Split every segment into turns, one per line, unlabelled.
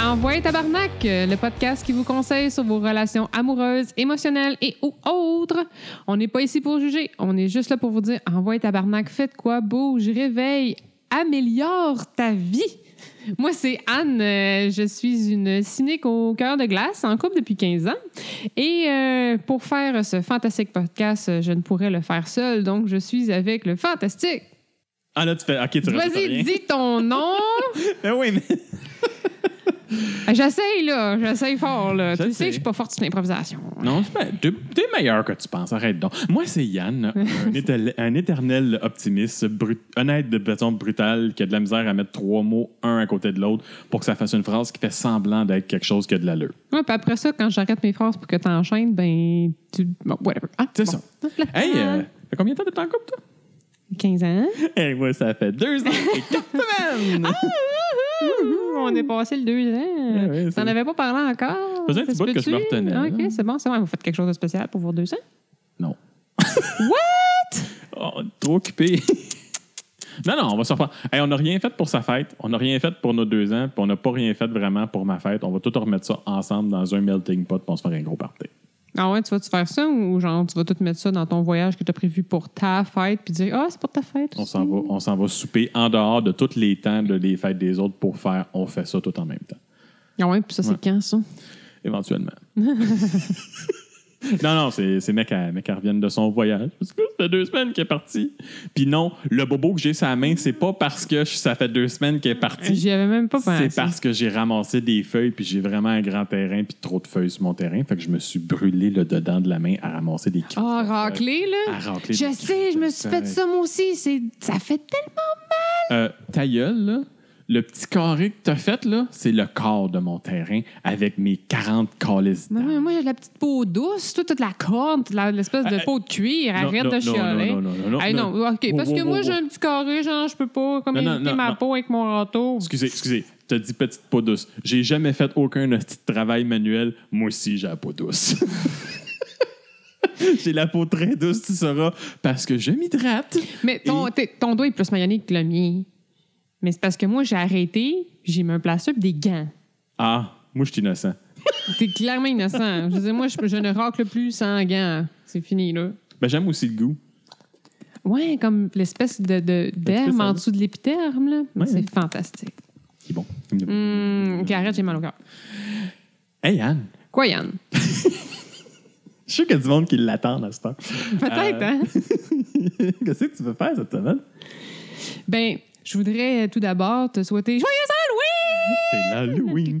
Envoyez Tabarnak, euh, le podcast qui vous conseille sur vos relations amoureuses, émotionnelles et ou autres. On n'est pas ici pour juger, on est juste là pour vous dire Envoyez Tabarnak, faites quoi, bouge, réveille, améliore ta vie. Moi, c'est Anne. euh, Je suis une cynique au cœur de glace, en couple depuis 15 ans. Et euh, pour faire ce fantastique podcast, euh, je ne pourrais le faire seule, donc je suis avec le fantastique.
Ah là, tu fais. Ok, tu rajoutes rien.
Vas-y, dis ton nom.
Mais Ben oui, mais.
Ah, j'essaye, là. J'essaye fort, là.
Je
tu
le
sais que je suis
sais.
pas forte en improvisation.
Non, c'est pas- t'es t'es meilleur que tu penses. Arrête donc. Moi, c'est Yann, un, étel- un éternel optimiste, brut- honnête de façon brutale, qui a de la misère à mettre trois mots un à côté de l'autre pour que ça fasse une phrase qui fait semblant d'être quelque chose qui a de l'allure.
Ouais, puis après ça, quand j'arrête mes phrases pour que tu enchaînes, ben, tu. Bon, whatever. Ah,
C'est
bon.
ça. Hey,
Ah.
euh, fait combien de temps t'es en couple, toi?
15 ans.
Eh, moi, ça fait deux ans et quatre semaines!
On est passé le 2 ans.
Ouais, ouais,
T'en
Eh c'est-
avais pas parlé encore.
faisait un petit
se
bout que je me
peut-tu?
retenais,
Ah,
là.
OK, c'est bon, c'est bon. Vous faites quelque chose de spécial pour vos deux ans?
Non. What? trop occupé. non, non, on va se reprendre. Hey, on n'a rien fait pour sa fête, on n'a rien fait pour nos deux ans, puis on n'a pas rien fait vraiment pour ma fête. On va tout remettre ça ensemble dans un melting pot, puis on se faire un gros party.
Ah ouais, tu vas-tu faire ça ou genre tu vas tout mettre ça dans ton voyage que t'as prévu pour ta fête puis dire Ah, c'est pour ta fête?
On
aussi.
s'en va, on s'en va souper en dehors de tous les temps de les fêtes des autres pour faire, on fait ça tout en même temps,
Ah ouais, puis ça, c'est
Ouais.
quand ça?
éventuellement. non, non, c'est, c'est mec, à, mec à revienne de son voyage. Parce que ça fait deux semaines qu'il est parti. Puis non, le bobo que j'ai sur la main, c'est pas parce que je- ça fait deux semaines qu'il est parti.
J'y avais même pas pensé.
C'est parce que j'ai ramassé des feuilles, puis j'ai vraiment un grand terrain, puis trop de feuilles sur mon terrain. Fait que je me suis brûlé le dedans de la main à ramasser des crises
Ah,
de feuilles.
raclé,
À
là?
racler
Je
des
sais,
crises
je
de
me suis fait
feuilles.
ça moi aussi. C'est- Ça fait tellement.
Euh, ta gueule, là, le petit carré que t'as fait, là, c'est le corps de mon terrain avec mes 40 calices
Non,
d'arbres.
mais moi, j'ai de la petite peau douce, toi, toute la corne, toute la- l'espèce de
Ah, ah,
peau de cuir.
non,
Arrête
non,
de
non,
chialer.
non, non, non, non,
Hey,
non.
non, OK.
Wow,
Parce
wow,
que
wow,
moi,
wow.
j'ai un petit carré, genre, je peux pas comme
Non, non,
éviter
non,
ma
non.
peau avec mon râteau.
Excusez, excusez, t'as dit petite peau douce. J'ai jamais fait aucun petit travail manuel. Moi aussi, j'ai la peau douce. j'ai la peau très douce, tu sauras, parce que je m'hydrate.
Mais ton,
Et-
t'es- ton doigt est plus maillonné que le mien. Mais c'est parce que moi, j'ai arrêté, j'ai mis un plaster pis des gants.
Ah, moi, je suis innocent.
T'es clairement innocent. Je veux dire, moi, je, je ne racle plus sans gants. C'est fini, là.
Ben, j'aime aussi le goût.
Ouais, comme l'espèce de, de- d'herbe
spécial.
en dessous de l'épiderme, là.
Ouais,
c'est
ouais.
fantastique.
C'est bon.
Hum, OK, arrête, j'ai mal au cœur.
Hey Anne,
Quoi, Yann?
Euh. je suis sûr qu'il y a du monde qui l'attend à ce temps.
Peut-être,
Euh,
hein?
Qu'est-ce que tu veux faire cette semaine?
Ben, je voudrais euh, tout d'abord te souhaiter joyeux
C'est l'Halloween.
Halloween!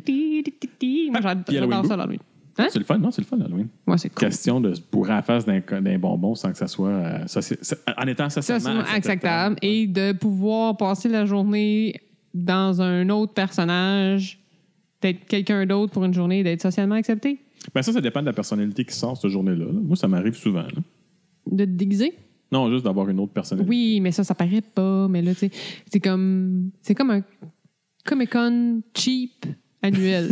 Moi, j'ad-
puis
j'adore
Halloween
ça, l'Halloween. Hein?
C'est le fun, non? C'est le fun, l'Halloween.
Moi, c'est cool.
Question de se bourrer à la face d'un, d'un bonbon sans que ça soit. euh, soci- so- en étant
Ça, c'est
socialement
acceptable. Et de pouvoir passer la journée dans un autre personnage, d'être quelqu'un d'autre pour une journée, d'être socialement accepté,
Ben, ça, ça dépend de la personnalité qui sort cette journée-là. là. Moi, ça m'arrive souvent. là.
de te déguiser.
Non, juste d'avoir une autre personnalité.
Oui, mais ça, ça paraît pas. Mais là, tu sais, c'est comme, c'est comme un Comic-Con cheap annuel.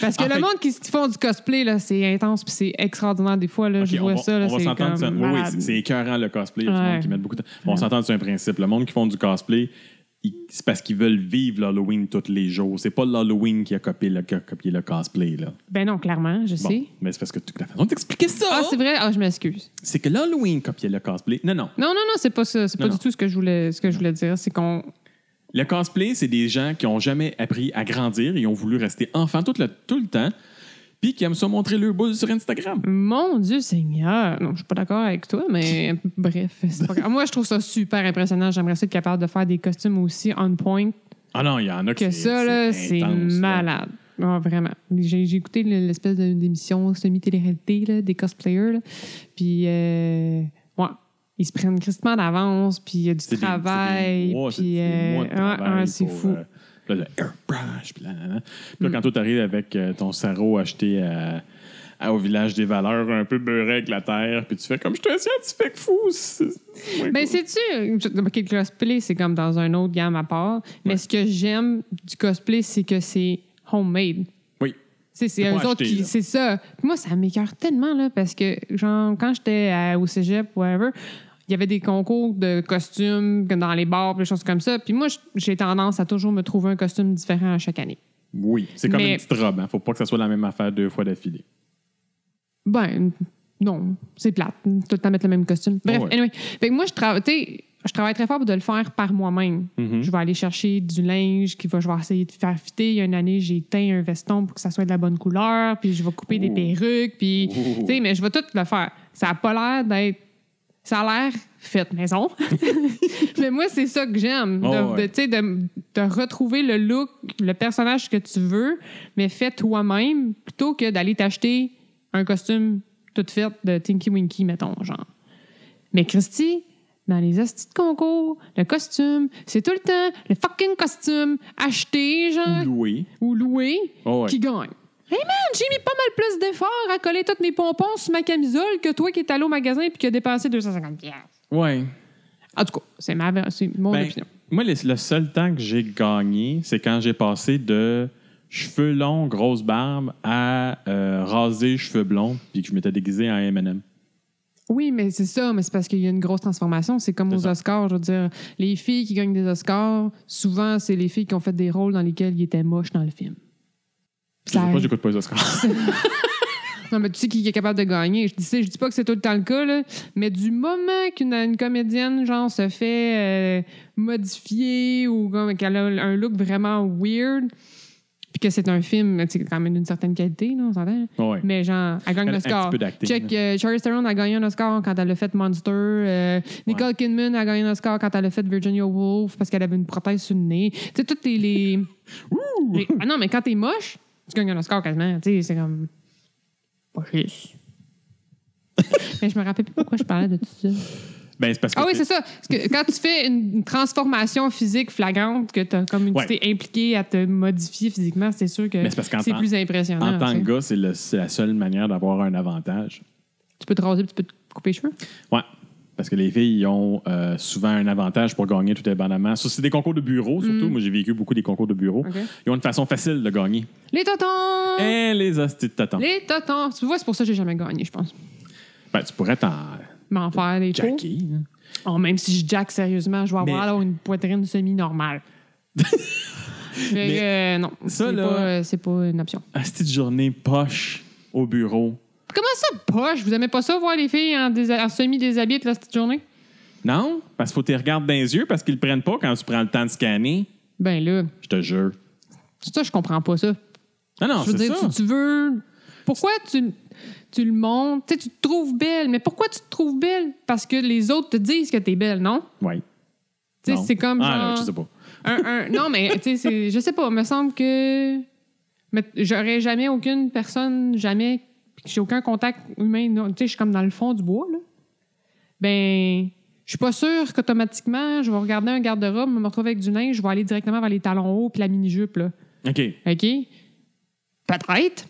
Parce que
En
le
fait-
monde qui se font du cosplay, là, c'est intense puis c'est extraordinaire. Des fois, là,
Ok,
je vois
on va,
ça, là,
on va
c'est
s'entendre
comme...
sur- oui, oui,
malade.
c'est- c'est écœurant le cosplay. Il y a du
Ouais.
monde qui met beaucoup de temps. Bon, on s'entend sur un principe. Le monde qui font du cosplay, ils- c'est parce qu'ils veulent vivre l'Halloween tous les jours. C'est pas l'Halloween qui a copié le, qui a copié le cosplay. Là.
Ben non, clairement, je
Bon,
sais.
mais c'est parce que toute la façon d'expliquer ça,
Ah, c'est vrai? Ah, je m'excuse.
c'est que l'Halloween copiait le cosplay. Non, non.
Non, non, non, c'est pas ça. C'est pas
Non,
du
non.
tout ce que je voulais, ce que je voulais dire. C'est qu'on
Le cosplay, c'est des gens qui ont jamais appris à grandir et ont voulu rester enfants tout le, tout le temps, puis qui aiment ça montrer leur boule sur Instagram.
Mon Dieu Seigneur! Non, je suis pas d'accord avec toi, mais bref, c'est pas grave. Moi, je trouve ça super impressionnant. J'aimerais ça être capable de faire des costumes aussi on point
Ah non, il y en a qui
que ça, là, c'est
intense, là.
malade. Ah, vraiment. J'ai j'ai écouté le- l'espèce de- d'émission semi-télé-réalité là, des cosplayers, là. puis euh, ouais, ils se prennent crissement d'avance, puis il y a du
C'est des-
travail,
c'est des mois, c'est
puis
des mois
euh,
de
ouais,
travail
ouais, c'est
pour,
fou. Hmm.
euh, là, le airbrush, puis là, là, là. Puis là, quand toi, t'arrives avec euh, ton sarrau acheté à- à- au village des valeurs, un peu beurré avec la terre, puis tu fais comme je suis un scientifique fou. c'est- Ouais,
Ben,
cool.
c'est-tu. je- OK, le cosplay, c'est comme dans un autre gamme à part. Mais
Ouais.
ce que j'aime du cosplay, c'est que c'est homemade. Tu
Oui.
sais, C'est
C'est
eux
pas
autres
acheté,
qui.
là.
C'est ça. Puis moi, ça m'écœure tellement, là, parce que, genre, quand j'étais à- au cégep, whatever, il y avait des concours de costumes comme dans les bars, puis des choses comme ça. Puis moi, j- j'ai tendance à toujours me trouver un costume différent à chaque année.
Oui, c'est comme
Mais-
une petite robe. Hein. Faut pas que ça soit la même affaire deux fois d'affilée.
Ben, non, c'est plate. Tout le temps mettre le même costume. Bref,
Ouais.
anyway. Fait que moi, je, trava- tu sais, je travaille très fort pour de le faire par moi-même.
Mhm.
Je vais aller chercher du linge qui va, je vais essayer de faire fitter. Il y a une année, j'ai teint un veston pour que ça soit de la bonne couleur, puis je vais couper des
Ouh.
perruques, puis.
Ouh.
Tu sais, mais je vais tout le faire. Ça a pas l'air d'être. Ça a l'air fait maison. mais moi, c'est ça que j'aime.
Oh,
de, de-
ouais.
tu sais, de, de retrouver le look, le personnage que tu veux, mais fait toi-même plutôt que d'aller t'acheter un costume tout fait de Tinky Winky, mettons, genre. Mais Christy, dans les hosties de concours, le costume, c'est tout le temps le fucking costume acheté, genre,
Ou loué.
ou loué,
Oh, ouais.
Mmh. qui gagne. Hey man, j'ai mis pas mal plus d'efforts à coller toutes mes pompons sur ma camisole que toi qui es allé au magasin et qui a dépensé 250 pièces.
Ouais.
En tout cas, c'est ma c'est mon
Ben,
opinion.
moi, les- le seul temps que j'ai gagné, c'est quand j'ai passé de cheveux longs, grosse barbe, à euh, rasé, cheveux blonds, puis que je m'étais déguisé en M&M.
Oui, mais c'est ça, mais c'est parce qu'il y a une grosse transformation. C'est comme
C'est
aux
ça.
Oscars, je veux dire, les filles qui gagnent des Oscars, souvent, c'est les filles qui ont fait des rôles dans lesquels ils étaient moches dans le film.
Je sais
Ça-
pas, j'écoute pas les Oscars.
Non, mais tu sais qui est capable de gagner. Je dis, ça, je dis pas que c'est tout le temps le cas, là, mais du moment qu'une une comédienne, genre, se fait euh, modifier ou comme qu'elle a un look vraiment weird, puis que c'est un film, tu sais, quand même d'une certaine qualité, là, on s'entend.
ouais.
Mais genre, elle gagne
Un- un
le
petit
score.
peu d'acting,
Check, euh, Charlize Theron a gagné un Oscar quand elle a fait Monster. euh, Nicole Kidman a gagné un Oscar quand elle a fait Virginia Woolf parce qu'elle avait une prothèse sur le nez. Tu sais, toutes les... les- les- Ah non, mais quand t'es moche, tu gagnes un Oscar quasiment. Tu sais, c'est comme... Pas juste. mais je me rappelle plus pourquoi je parlais de tout ça.
Ben, c'est parce que
Ah oui,
t'es-
c'est ça. Parce que quand tu fais une une transformation physique flagrante, que t'as comme une
Ouais.
t'es impliqué à te modifier physiquement, c'est sûr que
Mais c'est parce qu'en
c'est Ah,
tant-
plus impressionnant.
en tant
tu sais.
que gars, c'est le- c'est la seule manière d'avoir un avantage.
Tu peux te raser, puis tu peux te couper les cheveux.
Ouais. Parce que les filles ils ont euh, souvent un avantage pour gagner tout abondamment. Ça, c'est des concours de bureau, surtout. Moi, j'ai vécu beaucoup des concours de bureau.
Mmh. OK.
Ils ont une façon facile de gagner.
Les totons!
Et Hein, les hosties de tâtons.
Hein? Les totons! Tu vois, c'est pour ça que j'ai jamais gagné, je pense.
Ben, tu pourrais t'en
M'en faire des trous.
jacker. hein.
Oh, même si je jack sérieusement, je vais
Mais-
avoir là, une poitrine semi-normale. Fait que, euh, non,
Ça,
c'est
là-
pas, euh, c'est pas une option.
Hostie de journée poche au bureau.
Comment ça, poche? Vous aimez pas ça, voir les filles en, désa- en semi-déshabillé toute la petite journée?
Non, parce qu'il faut que tu les regardes dans les yeux parce qu'ils le prennent pas quand tu prends le temps de scanner.
Ben là,
Je te jure.
c'est ça, je comprends pas ça.
Non, non,
je veux
Ah, c'est
dire,
ça.
tu, tu veux. Pourquoi tu, tu le montres? Tu sais, tu te trouves belle, mais pourquoi tu te trouves belle? Parce que les autres te disent que t'es belle, non?
Oui.
Tu sais,
Non.
c'est comme.
Ah,
genre-
non, je sais pas.
Un- un- non, mais tu sais, c'est- je sais pas, me semble que mais j'aurais jamais aucune personne, jamais, puis que j'ai aucun contact humain. non. Tu sais, je suis comme dans le fond du bois, là. Ben, je suis pas sûre qu'automatiquement, je vais regarder un garde-robe, me retrouver avec du linge, je vais aller directement vers les talons hauts puis la mini-jupe, là.
OK.
OK? Peut-être,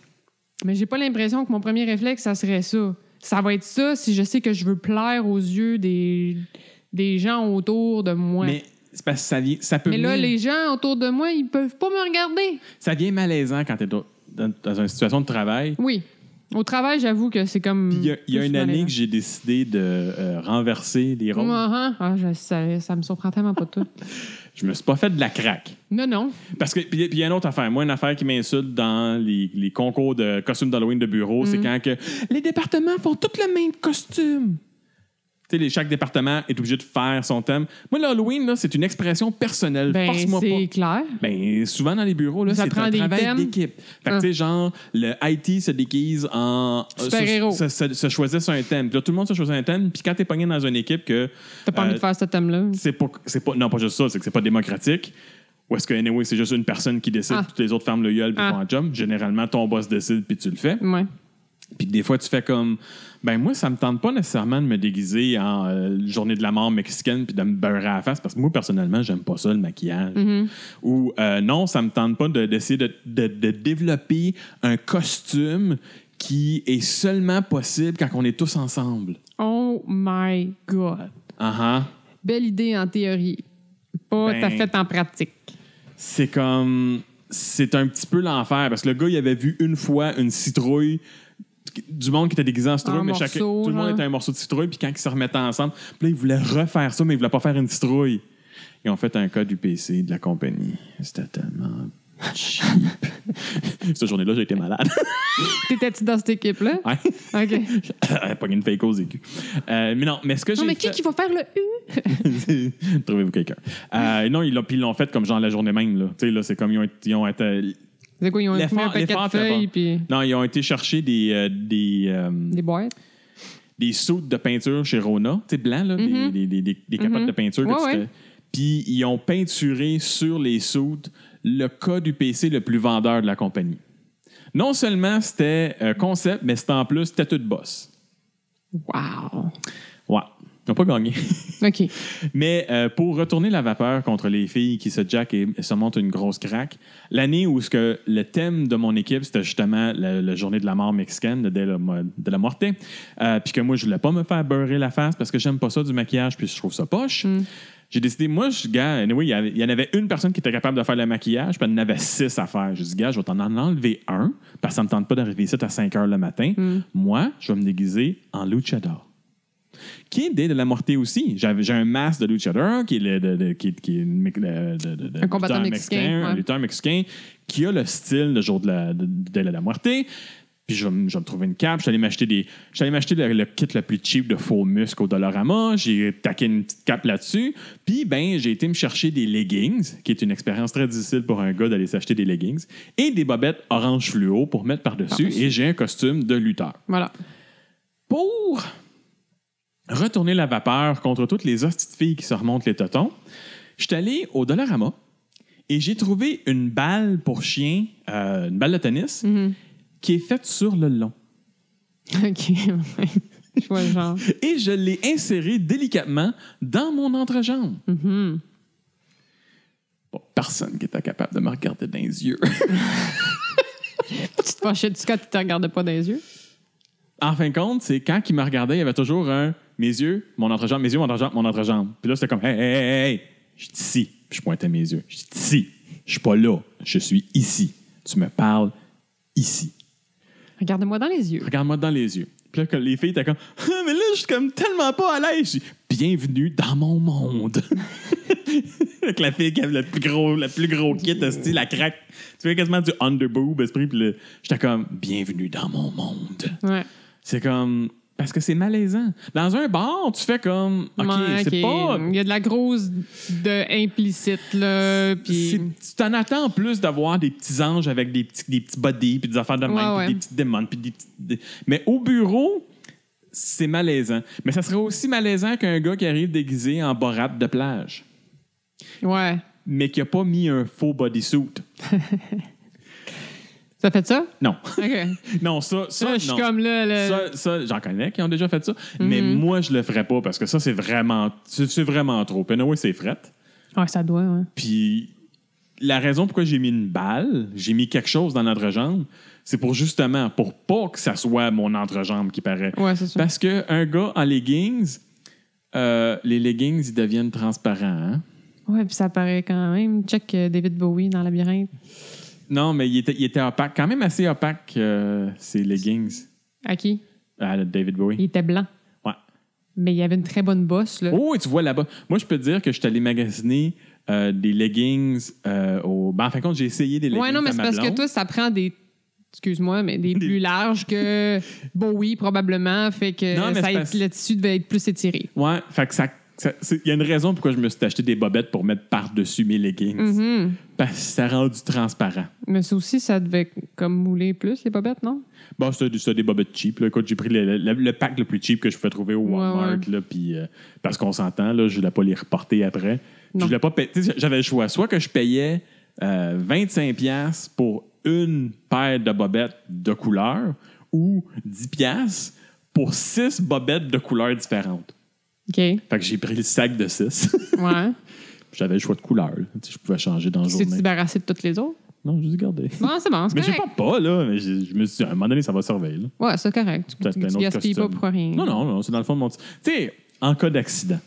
mais j'ai pas l'impression que mon premier réflexe, ça serait ça. Ça va être ça si je sais que je veux plaire aux yeux des, des gens autour de moi.
Mais c'est parce que ça, vient, ça peut
Mais là,
venir-
les gens autour de moi, ils peuvent pas me regarder.
ça vient malaisant quand tu es dans, dans une situation de travail.
Oui. Au travail, j'avoue que Hmm, c'est comme.
Puis Il y a, il y a
plus
une année
malaisant.
que j'ai décidé de euh, renverser les rôles.
Ah, ah, ah, je savais, ça me surprend tellement pas de toi.
Je me suis pas fait de la craque.
Non, non.
Parce que, puis puis il y a une autre affaire. Moi, une affaire qui m'insulte dans les, les concours de costumes d'Halloween de bureau,
Mm.
c'est quand que les départements font tous le même costume. Tu sais, les- chaque département est obligé de faire son thème. Moi, l'Halloween, là, c'est une expression personnelle.
Ben,
Force-moi
c'est
pas.
clair.
Ben, souvent dans les bureaux, là,
Ça
c'est
prend
un
des
travail
thèmes.
d'équipe. Fait que,
Ah.
tu sais, genre, le IT se déguise en. euh,
Super-héros.
Se, se- se- se choisit sur un thème. Puis là, tout le monde se choisit un thème. Puis quand t'es pogné dans une équipe que
T'as pas
Euh,
envie de faire ce thème-là.
c'est pas, c'est pas, non, pas juste ça, c'est que c'est pas démocratique. Ou est-ce que, anyway, c'est juste une personne qui décide,
Ah.
puis tous les autres ferment le gueule puis
Ah.
font un job. Généralement, ton boss décide, puis tu le fais.
Ouais.
Puis des fois, tu fais comme, ben moi, ça me tente pas nécessairement de me déguiser en euh, journée de la mort mexicaine puis de me beurrer à la face, parce que moi, personnellement, j'aime pas ça, le maquillage.
Mm-hmm.
Ou euh, non, ça me tente pas de- d'essayer de, de- de développer un costume qui est seulement possible quand on est tous ensemble.
Oh my God.
Ah ah.
Belle idée en théorie. Pas
Ben-
t'as fait en pratique.
c'est comme c'est un petit peu l'enfer parce que le gars il avait vu une fois une citrouille du monde qui était déguisé en citrouille
Un
mais chacun
morceau, hein.
tout le monde
genre.
était un morceau de citrouille puis quand ils se remettaient ensemble puis là ils voulaient refaire ça mais ils voulaient pas faire une citrouille ils ont fait un code du PC de la compagnie c'était tellement Cheap. Cette journée-là, j'ai été malade.
T'étais-tu dans cette équipe-là?
Hein?
OK.
Pogné une fake aux aigus. Euh, mais non, mais ce que j'ai
Non, mais qui
fait-
qui va faire le U?
Trouvez-vous quelqu'un. Euh, non, ils l'ont, puis ils l'ont fait comme genre la journée même. Là. Tu sais, là, c'est comme ils ont été. ils ont été-
C'est quoi, ils ont un
L'effort-
paquet
l'effort
de
fait
feuilles
pas.
puis
non, ils ont été chercher des, euh, des, euh,
des boîtes.
des soutes de peinture chez Rona, tu sais, blanc, là, des-
Mhm.
des, des- des- des capotes
Mhm.
de peinture. que
Ouais,
tu
ouais.
fais. Puis ils ont peinturé sur les soutes le cas du PC le plus vendeur de la compagnie. Non seulement c'était euh, concept, mais c'était en plus c'était tout boss.
Wow.
Ouais. Ils n'ont pas gagné.
OK.
Mais euh, pour retourner la vapeur contre les filles qui se jack et se montent une grosse craque, l'année où ce que le thème de mon équipe, c'était justement la, la journée de la mort mexicaine, de, la Mo- de la Muerte, euh, puis que moi, je voulais pas me faire beurrer la face parce que j'aime pas ça du maquillage, puis je trouve ça poche. J'ai décidé, moi, je, gars, anyway, il y avait- il y en avait une personne qui était capable de faire le maquillage, puis elle en avait six à faire. J'ai dit, gars, je vais t'en en enlever un, parce que ça me tente pas d'arriver ici à 5 heures le matin. Moi, je vais me déguiser en luchador qui est des de la mortée aussi. J'avais- J'ai un masque de luchador, qui est, le, de- de- qui, qui est une mec- de- de- de- de-
Un combattant
lutteur
mexicain, ouais.
Un lutteur mexicain qui a le style de jour de la, de, de la mortée. Puis je vais, me- je vais me trouver une cape. Je suis allé m'acheter des. Je suis allé m'acheter le, le kit le plus cheap de faux muscles au Dollarama. J'ai taqué une petite cape là-dessus. Puis ben, j'ai été me chercher des leggings, qui est une expérience très difficile pour un gars d'aller s'acheter des leggings, et des bobettes orange fluo pour mettre par-dessus.
Par-dessus.
et j'ai un costume de lutteur
Voilà.
pour retourner la vapeur contre toutes les hosties de filles qui se remontent les totons, je suis allé au Dollarama et j'ai trouvé une balle pour chien, euh, une balle de tennis, qui est faite sur le long.
OK. Je vois le genre.
Et je l'ai insérée délicatement dans mon entrejambe.
Mhm.
Pas personne qui était capable de me regarder dans les yeux.
Tu te fâchais du cas, tu te regardais pas dans les yeux.
en fin de compte, c'est quand il me regardait, il y avait toujours un mes yeux, mon entrejambe, mes yeux, mon entrejambe, mon entrejambe. Puis là, c'était comme hey, hey, hey, hey, je suis ici. Puis je pointais mes yeux. Je suis ici. Je suis pas là. Je suis ici. Tu me parles ici.
Regarde-moi dans les yeux.
Regarde-moi dans les yeux. Puis là, que les filles étaient comme Ah, mais là, je suis comme tellement pas à l'aise. Je dis, Bienvenue dans mon monde. Avec la fille qui avait le plus gros, le plus gros kit, esti, la craque. Tu fais quasiment du underboob, esprit. Puis là, j'étais comme Bienvenue dans mon monde.
Ouais.
C'est comme. Parce que c'est malaisant. Dans un bar, tu fais comme. OK,
Ouais, ok.
c'est pas.
Il y a de la grosse de implicite, là.
c'est-
Puis.
Tu t'en attends en plus d'avoir des petits anges avec des petits, des petits bodies, puis des affaires de même,
Ouais,
puis
ouais.
des petits démons, puis des petits. des- Mais au bureau, c'est malaisant. Mais ça serait aussi malaisant qu'un gars qui arrive déguisé en borate de plage,
Ouais.
mais qui a pas mis un faux bodysuit.
Ça fait ça?
Non.
OK.
non, ça, ça,
Ça, je suis
non.
comme euh, Mhm. là. là-
Ça, ça, j'en connais qui ont déjà fait ça, mais moi, je le ferais pas parce que ça, c'est vraiment, c'est c'est vraiment trop. Puis anyway, c'est frette.
Ouais, ça doit, ouais.
Puis la raison pourquoi j'ai mis une balle, j'ai mis quelque chose dans l'entrejambe, c'est pour justement, pour pas que ça soit mon entrejambe qui paraît.
Ouais, c'est sûr.
Parce qu'un gars en leggings, euh, les leggings, ils deviennent transparents. hein?
Ouais, puis ça paraît quand même. Check euh, David Bowie dans Labyrinthe.
Non, mais il était, il était opaque, quand même assez opaque, euh, ces leggings.
À qui?
Ah, le David
Il
Bowie.
était blanc.
Ouais.
Mais il y avait une très bonne bosse, là.
Oh, et tu vois là-bas. Moi, je peux te dire que je suis allé magasiner euh, des leggings euh, au. Ben, en fin de compte, j'ai essayé des leggings.
ouais, non, mais
à
c'est
ma
parce que
blonde.
toi, ça prend des. Excuse-moi, mais des plus larges que Bowie, probablement. Fait que
Non, mais
ça
c'est
a-
parce-
le tissu devait être plus étiré.
Ouais, fait que ça. ça- c'est- Il y a une raison pourquoi je me suis acheté des bobettes pour mettre par-dessus mes leggings.
Mhm.
Parce que ça rend du transparent.
Mais ça aussi, ça devait comme mouler plus, les bobettes, non?
Bon, c'était c'était des bobettes cheap. Là. Écoute, j'ai pris le, le- le pack le plus cheap que je pouvais trouver au
Ouais,
Walmart.
ouais.
Là, puis, euh, parce qu'on s'entend, là, je voulais pas les reporter après. Je
Non.
voulais pas payer- tu sais, J'avais le choix. Soit que je payais euh, 25$ pour une paire de bobettes de couleur ou 10$ pour 6 bobettes de couleurs différentes.
OK. Ouais.
Fait que j'ai pris le sac de 6.
Puis
J'avais le choix de couleur. là. Tu sais, Je pouvais changer dans le
tu t'es
journée.
débarrassé de toutes les autres.
Non, je les ai gardés.
Bon, c'est bon, c'est
Mais je
correct.
pas pas, là. Mais je, je me suis dit, à un moment donné, ça va surveiller. là.
Ouais, c'est correct. Tu,
Peut-être
tu
un autre
gaspilles pas
costume.
pour rien.
Non, non, non, c'est dans le fond de mon petit. Tu sais, en cas d'accident.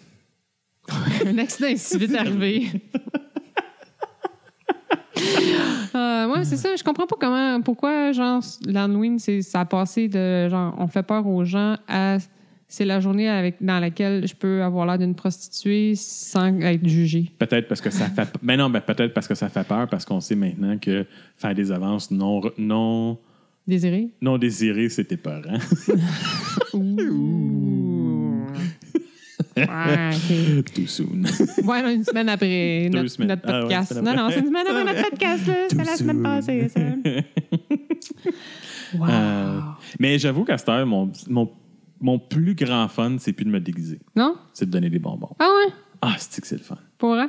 un accident est si vite arrivé. Euh, ouais, c'est ça. Je comprends pas comment, pourquoi, genre, l'Halloween, c'est- ça a passé de genre, on fait peur aux gens à c'est la journée avec, dans laquelle je peux avoir l'air d'une prostituée sans être jugée.
Peut-être parce que ça fait. Mais non, ben peut-être parce que ça fait peur, parce qu'on sait maintenant que faire des avances non, re- non,
Désirée?
non désirées, c'était peur. Hein?
Ouh. Ouais, ok.
Too soon.
Ouais, non, une semaine après
Deux
notre,
semaines.
notre
Ah ouais,
podcast.
une semaine
non, non,
après.
c'est une semaine après notre podcast. là. C'était la semaine
soon.
passée, ça. Wow.
Euh, mais j'avoue qu'à cette heure, mon, mon, mon plus grand fun, c'est plus de me déguiser.
Non?
C'est de donner des bonbons.
Ah ouais?
Ah, c'est que c'est le fun.
Pour vrai?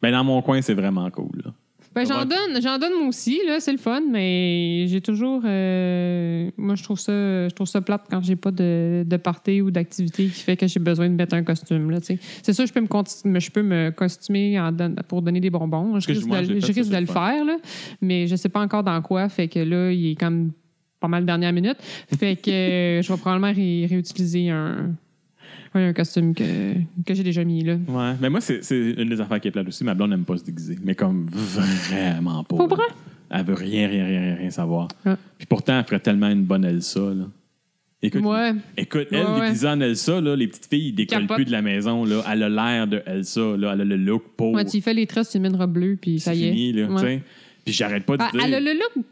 Mais dans mon coin, c'est vraiment cool. là.
Ben, j'en
Ouais.
donne, j'en donne moi aussi, là, c'est le fun, mais j'ai toujours. euh, moi, je trouve ça, je trouve ça plate quand j'ai pas de, de party ou d'activité qui fait que j'ai besoin de mettre un costume, là, tu sais. C'est sûr, je peux me, conti- me- je peux me costumer en don- pour donner des bonbons. Je
Que
risque
moi,
de,
j'ai
je
fait ça,
risque
c'est
de le
le fun.
faire, là, mais je sais pas encore dans quoi, fait que là, il est comme pas mal dernière minute. Fait que euh, je vais probablement ré- réutiliser un, un costume que, que j'ai déjà mis, là.
Ouais. Mais moi, c'est c'est une des affaires qui est plate aussi. Ma blonde n'aime pas se déguiser. Mais comme vraiment pas.
Pour
là.
vrai?
Elle veut rien, rien, rien, rien, rien savoir.
Ah.
Puis pourtant, elle ferait tellement une bonne Elsa. Là. Écoute,
Ouais.
écoute elle,
Ouais, ouais.
déguisée en Elsa, là, les petites filles, ils décollent
Capote.
plus de la maison. Là. Elle a l'air de Elsa. Là. Elle a le look pauvre.
Moi, tu y fais les tresses, tu mets une robe bleue, puis ça
C'est
y est.
fini. Là,
Ouais.
tu sais. Puis j'arrête pas de
Ah,
dire.
elle a le look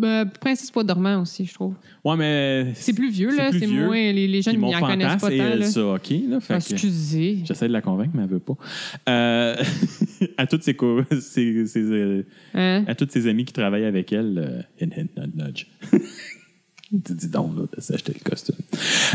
euh, Princesse Poids Dormant aussi, je trouve.
Ouais, mais.
C'est plus vieux, là.
plus
C'est
vieux.
moins. Les, les
Puis
jeunes,
mon
ils en connaissent pas
fantasme
tant.
et
là.
Elsa, OK? Là, fait
Ah,
que-
Excusez.
J'essaie de la convaincre, mais elle veut pas. Euh, à toutes ses, co- ses- ses, euh,
Hein?
à toutes ses amies qui travaillent avec elle, euh, hint, hint, nudge, nudge. dis, dis donc, là, de s'acheter le costume.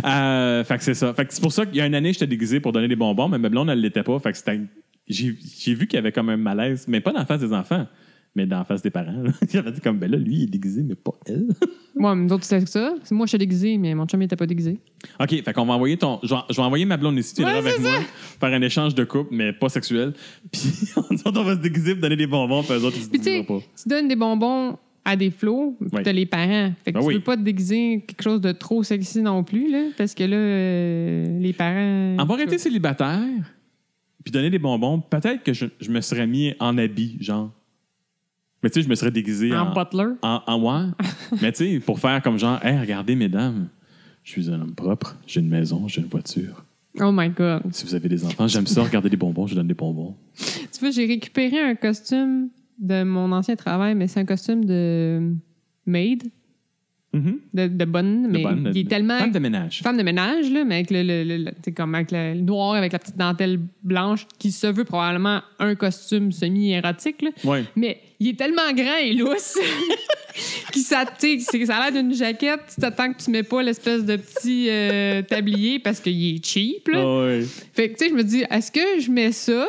Euh, fait que c'est ça. Fait que c'est pour ça qu'il y a une année, j'étais déguisé pour donner des bonbons, mais ma blonde, elle l'était pas. Fait que c'était- J'ai j'ai vu qu'il y avait comme un malaise, mais pas dans la face des enfants, mais dans la face des parents. là. J'avais dit comme, ben là, lui, il est déguisé, mais pas elle.
Moi, nous autres, c'était ça. C'est- Moi, je suis déguisée, mais mon chum, il était pas déguisé.
OK, fait qu'on va envoyer ton. Je vais, je vais envoyer ma blonde ici, tu viendras
Ouais,
avec
c'est
moi, faire un échange de couple, mais pas sexuel. Puis nous autres, on va se déguiser pour donner des bonbons, puis eux autres, ils se
Puis, tu sais,
déguiseront pas.
tu donnes des bonbons à des flots, puis
Ouais.
t'as les parents. Fait que
Ben
tu
oui.
veux pas te déguiser quelque chose de trop sexy non plus, là, parce que là, euh, les parents.
Avoir été célibataire, puis donner des bonbons, peut-être que je, je me serais mis en habit, genre. Mais tu sais, je me serais déguisé
En
en.
butler.
En, en ouais. mais tu sais, pour faire comme genre, hey, regardez, mesdames, je suis un homme propre, j'ai une maison, j'ai une voiture.
Oh my God.
Si vous avez des enfants, j'aime ça, regarder des bonbons, je donne des bonbons.
Tu vois, j'ai récupéré un costume de mon ancien travail, mais c'est un costume de maid,
Mhm.
de, de bonne,
De
Mm-hmm. mais
bonne-
il est tellement
Femme de ménage.
femme de ménage, là, mais avec le, le- le- le- t'sais, comme avec le le noir, avec la petite dentelle blanche, qui se veut probablement un costume semi-érotique, là.
Ouais.
mais il est tellement grand et lousse qu'il ça, t'sais, c'est- ça a l'air d'une jaquette. Tu t'attends que tu mets pas l'espèce de petit euh, tablier parce qu'il est cheap. Là.
Ah ouais.
Fait que, tu sais, je me dis, est-ce que je mets ça?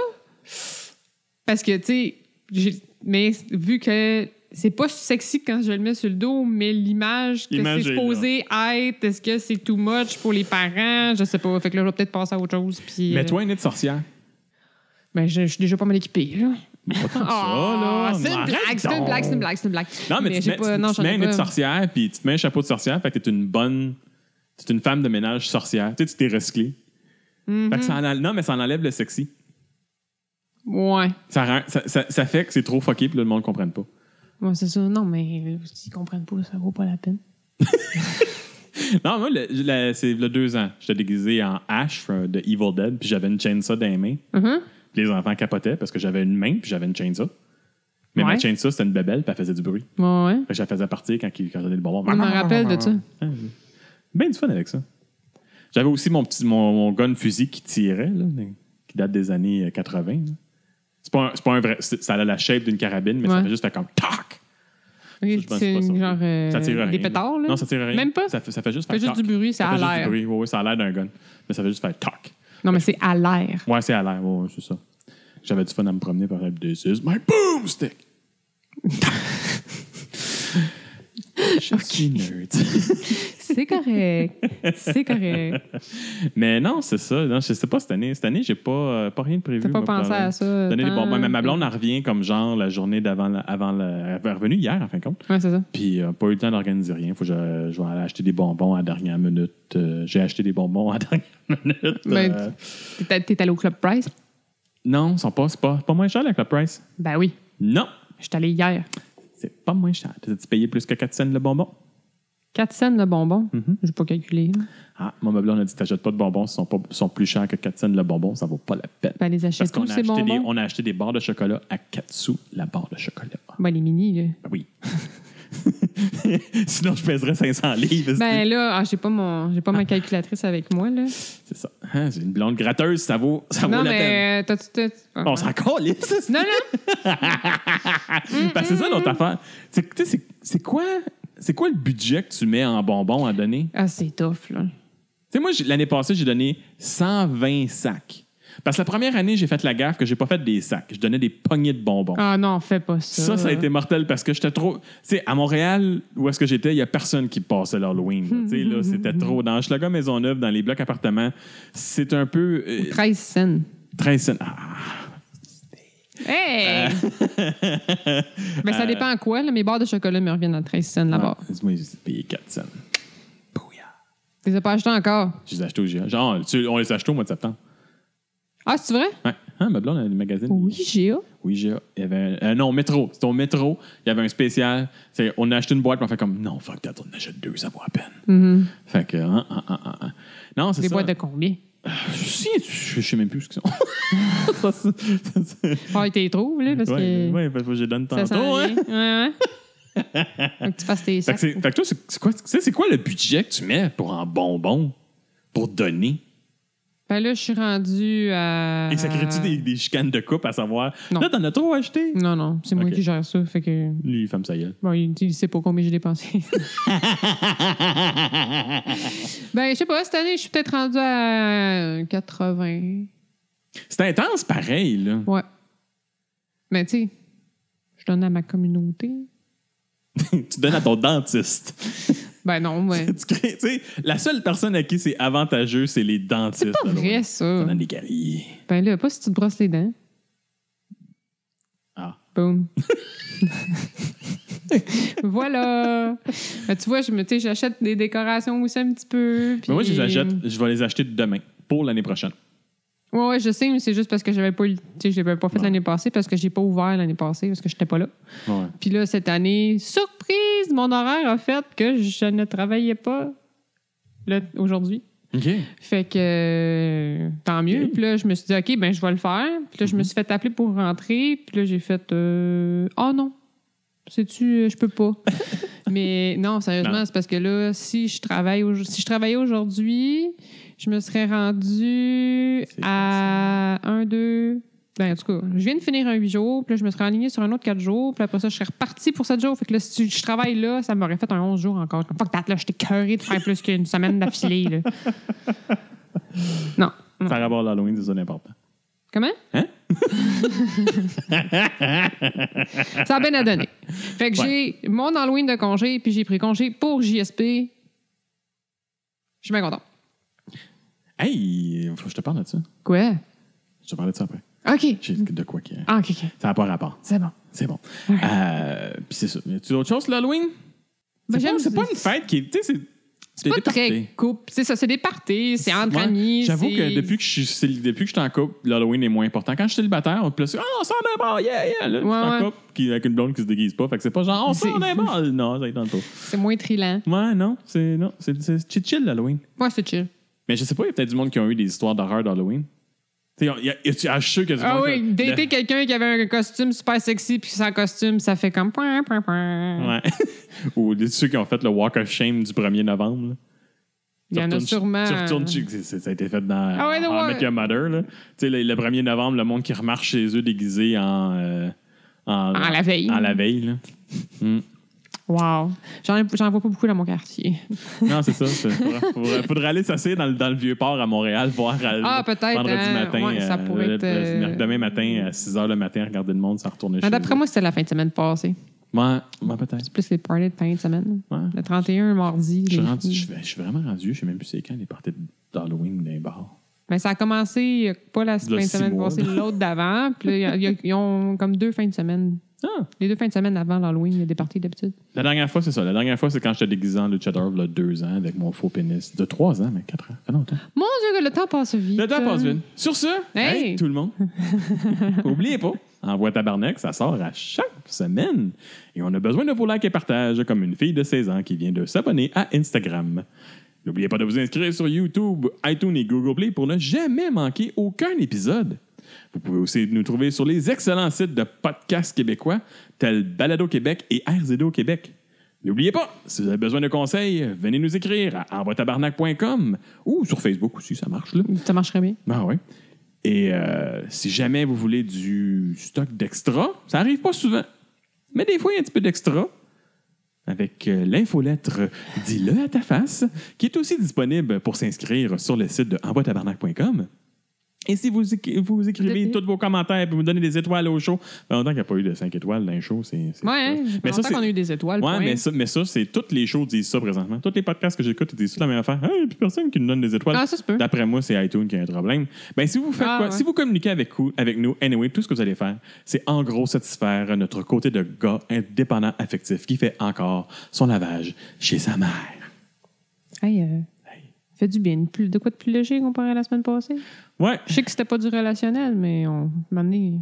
Parce que, tu sais, j'ai- mais vu que c'est pas sexy quand je le mets sur le dos, mais l'image que
L'image
c'est
est
supposé être, est-ce que c'est too much pour les parents? Je sais pas. Fait que là, je vais peut-être passer à autre chose. Puis,
Mais
euh,
toi, une nez de sorcière.
ben, je, je suis déjà pas mal équipée, là.
Pas tant que
Ah,
ça, là.
c'est une
Arrête
blague, c'est une
donc.
blague, c'est une blague, c'est une blague.
Non, mais, tu te
j'ai
mets,
pas-
tu-
non,
tu
j'en ai
te mets un nez de
pas.
sorcière, puis tu te mets un chapeau de sorcière, fait que t'es une bonne. T'es une femme de ménage sorcière. Tu sais, tu t'es recyclée. Fait que
Mm-hmm.
ça en enlève- Non, mais ça en enlève le sexy.
Ouais.
Ça, rend- ça, ça- ça fait que c'est trop fucké, puis là, le monde ne comprenne pas.
Ouais, c'est ça. Non, mais euh, s'ils comprennent pas, ça vaut pas la peine.
Non, moi, le- le- c'est le deux ans. J'étais déguisé en Ash euh, de Evil Dead, puis j'avais une chainsaw dans les mains.
Mhm.
Puis les enfants capotaient parce que j'avais une main, puis j'avais une chainsaw. Mais
Ouais.
ma chainsaw, c'était une bébelle, puis elle faisait du bruit.
Ouais, ouais.
Fait que je la faisais partir quand, il- quand je donnais le bonbon.
Je me rappelle de ça.
Ben du fun avec ça. J'avais aussi mon petit mon, mon gun fusil qui tirait, là, mais- qui date des années euh, 80. là. C'est pas, un- c'est pas un vrai. c'est- Ça a la shape d'une carabine, mais ça
Ouais.
fait juste un comme tac!
Ok,
Ça, je pense
c'est
pas ça.
genre euh,
ça tire rien.
des pétards, là.
Non, ça tire rien.
Même pas?
Ça fait, ça fait juste
Ça fait
faire
juste
toc.
du bruit, c'est
Ça
à
fait juste du
l'air.
bruit. Oui, oui, ça a l'air d'un gun. Mais ça fait juste faire tac.
Non, mais c'est à l'air.
Ouais, c'est à l'air. Ouais, ouais, c'est ça. J'avais du fun à me promener par exemple. This is my boomstick! Je suis nerd.
C'est correct. c'est correct.
Mais non, c'est ça. Non, je sais pas cette année. Cette année, j'ai pas, euh, pas rien de prévu.
T'as pas
moi,
pensé
pour la-
à ça.
Donner des
tant.
bonbons. Mais ma blonde, elle revient comme genre la journée d'avant. la- avant la- Elle est revenue hier, en fin de compte.
Ouais, c'est ça.
Puis, euh, pas eu le temps d'organiser rien. Faut que je, je vais aller acheter des bonbons à la dernière minute. Euh, j'ai acheté des bonbons à la dernière minute.
Ben,
Euh,
T'es- T'es allé au Club Price?
non, ils sont pas, c'est pas, c'est pas moins cher, la Club Price.
Ben oui.
Non,
Je suis allée hier.
c'est pas moins cher. T'as-tu payé plus que 4 cents le bonbon?
4 cents le bonbon.
Mhm.
Je n'ai pas calculé.
Ah, mon meuble, on a dit t'achètes pas de bonbons, ils sont, pas, ils sont plus chers que 4 cents le bonbon, ça vaut pas la peine.
Ben, les achète
Parce qu'on
tous,
a,
ces
acheté
bonbons.
des, on a acheté des barres de chocolat à 4 sous la barre de chocolat.
Ben, les mini, là.
Ah oui. Sinon, je pèserais 500 livres.
Ben là, ah, j'ai pas mon, j'ai pas ma calculatrice avec moi là.
C'est ça. Hein, j'ai une blonde gratteuse, ça vaut, ça vaut
non
la peine.
mais euh, t'as tu
On s'en calisse.
Ah. Non non.
Parce que c'est ça notre affaire. C'est- tu sais, C'est c'est quoi, c'est quoi le budget que tu mets en bonbons à donner?
Ah c'est tough là.
Tu sais, moi, j'ai- l'année passée, j'ai donné 120 sacs. Parce que la première année, j'ai fait la gaffe que j'ai pas fait des sacs. Je donnais des poignées de bonbons.
Ah non, fais pas ça.
Ça, ça a été mortel parce que j'étais trop. Tu sais, à Montréal, où est-ce que j'étais, il n'y a personne qui passait l'Halloween. là. Tu sais, là, c'était trop. Dans Schlager Maisonneuve, dans les blocs appartements, c'est un peu. euh,
13 cents.
très. sen- Ah, Euh.
Hey! ben, ça dépend à quoi. Là. Mes barres de chocolat me reviennent à 13 cents là-bas.
ah, moi, j'ai payé 4 cents. Bouillard.
Tu les as pas achetées encore.
Je les ai achetés au GA. Genre, tu- on les a achetés au mois de septembre.
Ah, c'est vrai?
Ouais. Hein, ma blonde, elle a des magazines.
Oui, j'ai eu.
Oui, GA. Il y avait un- euh, non, métro. C'était au métro. Il y avait un spécial. C'est- on a acheté une boîte, puis on fait comme non, fuck that, on en achète deux, ça vaut à peine. Fait que. hein, hein, hein, hein, hein. Non, c'est
Mm-hmm. Des
ça.
boîtes de combien?
Si, je, je sais même plus ce qu'ils sont. ça, ça,
Ah, ils te les trouvent, là, parce
ouais,
que
ouais, parce que je les donne
ça
tantôt.
sent
hein.
rien. Ouais, ouais. Faut que tu fasses tes
Fait
sacs.
que, c'est- fait que toi, c'est c'est quoi, tu sais, c'est quoi le budget que tu mets pour un bonbon, pour donner?
Ben là, je suis rendue à...
Et ça crée-tu des, des chicanes de coupe à savoir,
Euh. Non.
là, t'en as trop acheté?
Non, non, c'est moi
Ok.
qui gère ça. Fait que...
Lui, femme, ça y est.
Bon, il il sait pas combien j'ai dépensé. ben, je sais pas, cette année, je suis peut-être rendue à 80.
C'est intense pareil, là.
Ouais. Mais tu sais, je donne à ma communauté.
tu donnes à ton dentiste.
Ben non, ouais.
tu crées, tu sais, la seule personne à qui c'est avantageux, c'est les dentistes.
C'est pas
là,
vrai,
ouais.
ça.
Ça donne des caries.
Ben là, pas si tu te brosses les dents.
Ah.
Boom. voilà. Ben, tu vois, je me, tu sais, j'achète des décorations aussi un petit peu. puis-
Mais Ben, moi, je les achète, je vais les acheter demain, pour l'année prochaine.
Ouais, ouais, je sais, mais c'est juste parce que j'avais pas, eu le- tu sais, je l'avais pas fait
Ouais.
l'année passée parce que j'ai pas ouvert l'année passée parce que j'étais pas là.
Ouais.
Puis là, cette année, surprise, mon horaire a fait que je ne travaillais pas là, aujourd'hui.
OK.
Fait que euh, tant mieux.
Ok.
Puis là, je me suis dit, OK, ben je vais le faire. Puis là, je me suis fait appeler pour rentrer. Puis là, j'ai fait, euh, oh non, sais-tu, euh, je peux pas. Mais non, sérieusement,
Non.
c'est parce que là, si je travaille au- si je travaillais aujourd'hui, je me serais rendue
C'est
à un, deux. Ben, en tout cas, je viens de finir un huit jours, puis là, je me serais alignée sur un autre quatre jours, puis après ça, je serais repartie pour sept jours. Fait que là, si tu- je travaille là, ça m'aurait fait un 11 jours encore. Comme, Fuck that, là, j'étais curée de faire plus qu'une semaine d'affilée, là. Non.
Ça a rapport à l'Halloween, c'est ça l'important.
Comment?
Hein?
ça a bien à donner. Fait que j'ai mon Halloween de congé, puis j'ai pris congé pour JSP. Je suis bien content.
Hey, faut que je te parle de ça.
Quoi?
Je te parlais de ça après.
OK.
J'ai de quoi qu'il y a.
Ah, OK, OK.
Ça n'a pas rapport.
C'est bon.
C'est bon. Euh, Puis c'est ça. Y a-tu d'autres choses, l'Halloween?
Ben,
C'est
j'aime-
pas, c'est pas une fête qui est. Tu sais, c'est.
C'est pas très couple. C'est ça, c'est des parties, c'est entre amis.
J'avoue
c'est-
que depuis que je suis cél- depuis que je suis en couple, l'Halloween est moins important. Quand je suis célibataire, on te place. Ah, on s'en est bon, yeah, yeah. Là, je suis
Ouais,
en
ouais.
couple qui, avec une blonde qui se déguise pas. Fait que c'est pas genre, on s'en
C'est-
est bon. Non, ça y tente pas.
C'est moins trilant.
Ouais, non. C'est non, c'est- c'est chill, chill, l'Halloween.
Moi, c'est chill.
Mais je sais pas, il y a peut-être du monde qui ont eu des histoires d'horreur d'Halloween. Tu sais, il y a- il y a- je suis sûr qu'il y a du
Ah
monde qui
oui,
a-
dater quelqu'un qui avait un costume super sexy puis sans costume, ça fait comme... point, point, point.
Ouais. Ou les- ceux qui ont fait le Walk of Shame du 1er novembre. là.
Il y
Tu
en a
retournes-
sûrement...
Tu retournes, tu- c'est- c'est- ça a été fait dans
Ah ouais,
en-
le
en
Walk-
Met Your Mother. là. Tu sais, le, le 1er novembre, le monde qui remarche chez eux déguisé en, euh, en,
En la veille.
en la veille, là.
Wow. J'en j'en vois pas beaucoup dans mon quartier.
Non, c'est ça. c'est- faudra, faudra- faudra aller s'asseoir dans, le- dans le vieux port à Montréal, voir à-
Ah, peut-être,
vendredi
hein.
matin.
Ouais, ça pourrait
le-
être,
le-
euh,
Demain matin, à 6 h le matin, regarder le monde, s'en retourner
Mais
chez
Ben, D'après
eux.
moi, c'était la fin de semaine passée.
moi. Ouais, ouais, peut-être.
C'est plus les parties de fin de semaine.
Ouais.
Le 31, mardi.
Je suis
les
rendu-
filles.
je vais- je suis vraiment rendu. Je sais même plus c'est quand les parties d'Halloween dans les bars.
Mais ça a commencé euh, pas la fin de
six
semaine
mois,
passée,
là.
l'autre d'avant. Puis là, il y a- il y a- ils ont comme deux fins de semaine.
Ah!
Les deux fins de semaine avant l'Halloween, il y a des parties d'habitude.
La dernière fois, c'est ça. La dernière fois, c'est quand j'étais déguisé en luchador, il y a deux ans, avec mon faux pénis. De trois ans, mais quatre ans. Ça fait longtemps.
Mon Dieu, que le temps passe vite. hein.
Le temps passe vite. Sur ce,
Hey!
hey, tout le monde, oubliez pas, Envoie Tabarnak, ça sort à chaque semaine. Et on a besoin de vos likes et partages, comme une fille de 16 ans qui vient de s'abonner à Instagram. N'oubliez pas de vous inscrire sur YouTube, iTunes et Google Play pour ne jamais manquer aucun épisode. Vous pouvez aussi nous trouver sur les excellents sites de podcasts québécois tels Balado Québec et RZO Québec. N'oubliez pas, si vous avez besoin de conseils, venez nous écrire à envoitabarnak.com ou sur Facebook aussi, ça marche là.
Ça marcherait bien.
Ah ouais. Et euh, si jamais vous voulez du stock d'extra, ça arrive pas souvent. Mais des fois, il y a un petit peu d'extra avec euh, l'infolettre Dis-le à ta face, qui est aussi disponible pour s'inscrire sur le site de envoitabarnak.com. Et si vous, éc- vous écrivez
Depuis.
tous vos commentaires et vous me donnez des étoiles au show, ça fait longtemps qu'il n'y a pas eu de 5 étoiles dans les shows, c'est. c'est-
Ouais,
hein. Mais
mais
ça,
ça,
c'est-
qu'on a eu des étoiles.
Ouais,
point.
mais ça, mais ça c'est toutes les shows disent ça présentement. Tous les podcasts que j'écoute ils disent ça la même affaire. Ah, Il n'y a plus personne qui nous donne des étoiles.
Ah, ça se peut.
D'après moi, c'est iTunes qui a un problème. Ben, si vous faites
Ah,
quoi,
ouais.
si vous communiquez avec, cou- avec nous, anyway, tout ce que vous allez faire, c'est en gros satisfaire notre côté de gars indépendant affectif qui fait encore son lavage chez sa mère.
Hey, euh, fait du bien. Plus, de quoi de plus léger comparé à la semaine passée?
Ouais.
Je sais que c'était pas du relationnel, mais on, il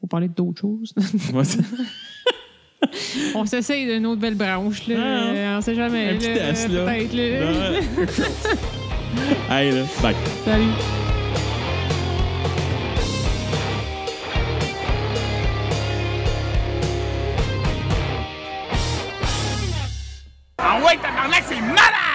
faut parler d'autres choses.
Moi, c'est-
on s'essaye d'une autre belle branche, là.
Ah,
Euh, on sait jamais.
un petit
là,
test, là. Ah,
Peut-être, là.
Ouais. Allez, là, bye.
Salut.
Ah ouais, tabarnak, c'est malade!